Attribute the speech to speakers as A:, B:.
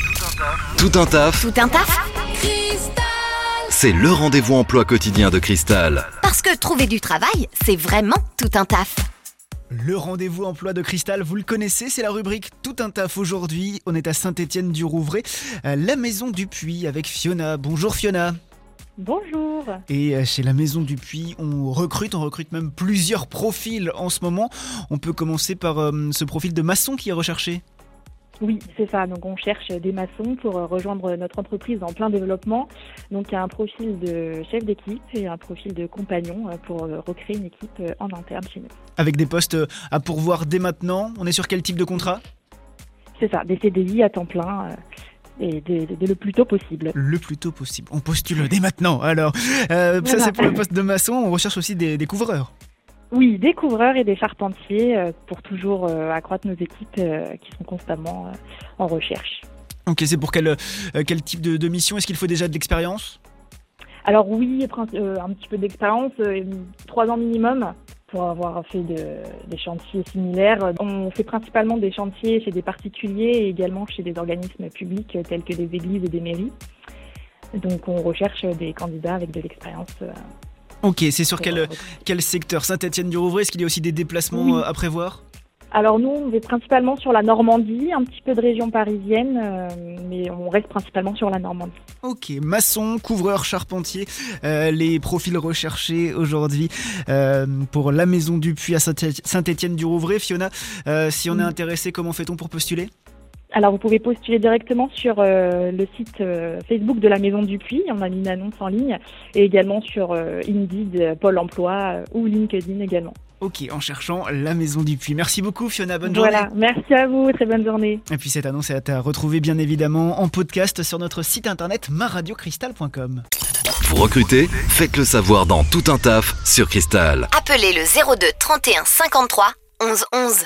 A: Tout un taf,
B: Tout un taf
A: c'est le rendez-vous emploi quotidien de Cristal.
B: Parce que trouver du travail, c'est vraiment tout un taf.
C: Le rendez-vous emploi de Cristal, vous le connaissez, c'est la rubrique Tout un taf aujourd'hui. On est à Saint-Étienne-du-Rouvray, à la Maison du Puy avec Fiona. Bonjour Fiona.
D: Bonjour.
C: Et euh, chez la Maison du Puy, on recrute, on recrute même plusieurs profils en ce moment. On peut commencer par euh, ce profil de maçon qui est recherché.
D: Oui, c'est ça. Donc, on cherche des maçons pour euh, rejoindre notre entreprise en plein développement. Donc, il y a un profil de chef d'équipe et un profil de compagnon euh, pour euh, recréer une équipe euh, en interne chez nous.
C: Avec des postes euh, à pourvoir dès maintenant. On est sur quel type de contrat
D: C'est ça, des CDI à temps plein euh, et dès, dès le plus tôt possible.
C: Le plus tôt possible. On postule dès maintenant. Alors, Euh, ça
D: Voilà.
C: c'est pour le poste de maçon. On recherche aussi des, des couvreurs.
D: Oui, des couvreurs et des charpentiers euh, pour toujours euh, accroître nos équipes euh, qui sont constamment euh, en recherche.
C: Ok, c'est pour quel, euh, quel type de, de mission Est-ce qu'il faut déjà de l'expérience
D: Alors oui, prin- euh, un petit peu d'expérience, euh, trois ans minimum pour avoir fait de- des chantiers similaires. On fait principalement des chantiers chez des particuliers et également chez des organismes publics euh, tels que des églises et des mairies. Donc on recherche des candidats avec de l'expérience. euh,
C: Ok, c'est sur
D: pour,
C: quel,
D: euh,
C: quel secteur Saint-Étienne-du-Rouvray Est-ce qu'il y a aussi des déplacements
D: Oui.
C: euh, à prévoir
D: Alors nous, on est principalement sur la Normandie, un petit peu de région parisienne, euh, mais on reste principalement sur la Normandie.
C: Ok, maçon, couvreur, charpentier, euh, les profils recherchés aujourd'hui euh, pour la Maison du Puy à Saint-Étienne-du-Rouvray. Fiona, euh, si on est
D: Mm.
C: intéressé, comment fait-on pour postuler
D: Alors vous pouvez postuler directement sur euh, le site euh, Facebook de la Maison du Puy, on a mis une annonce en ligne, et également sur euh, Indeed, euh, Pôle Emploi euh, ou LinkedIn également.
C: Ok, en cherchant la Maison du Puy. Merci beaucoup Fiona, bonne
D: voilà,
C: journée.
D: merci à vous, très bonne journée.
C: Et puis cette annonce est à retrouver bien évidemment en podcast sur notre site internet maradiocristal.com.
A: Vous recrutez Faites le savoir dans Tout un taf sur Cristal.
B: Appelez le 02 31 53 11 11.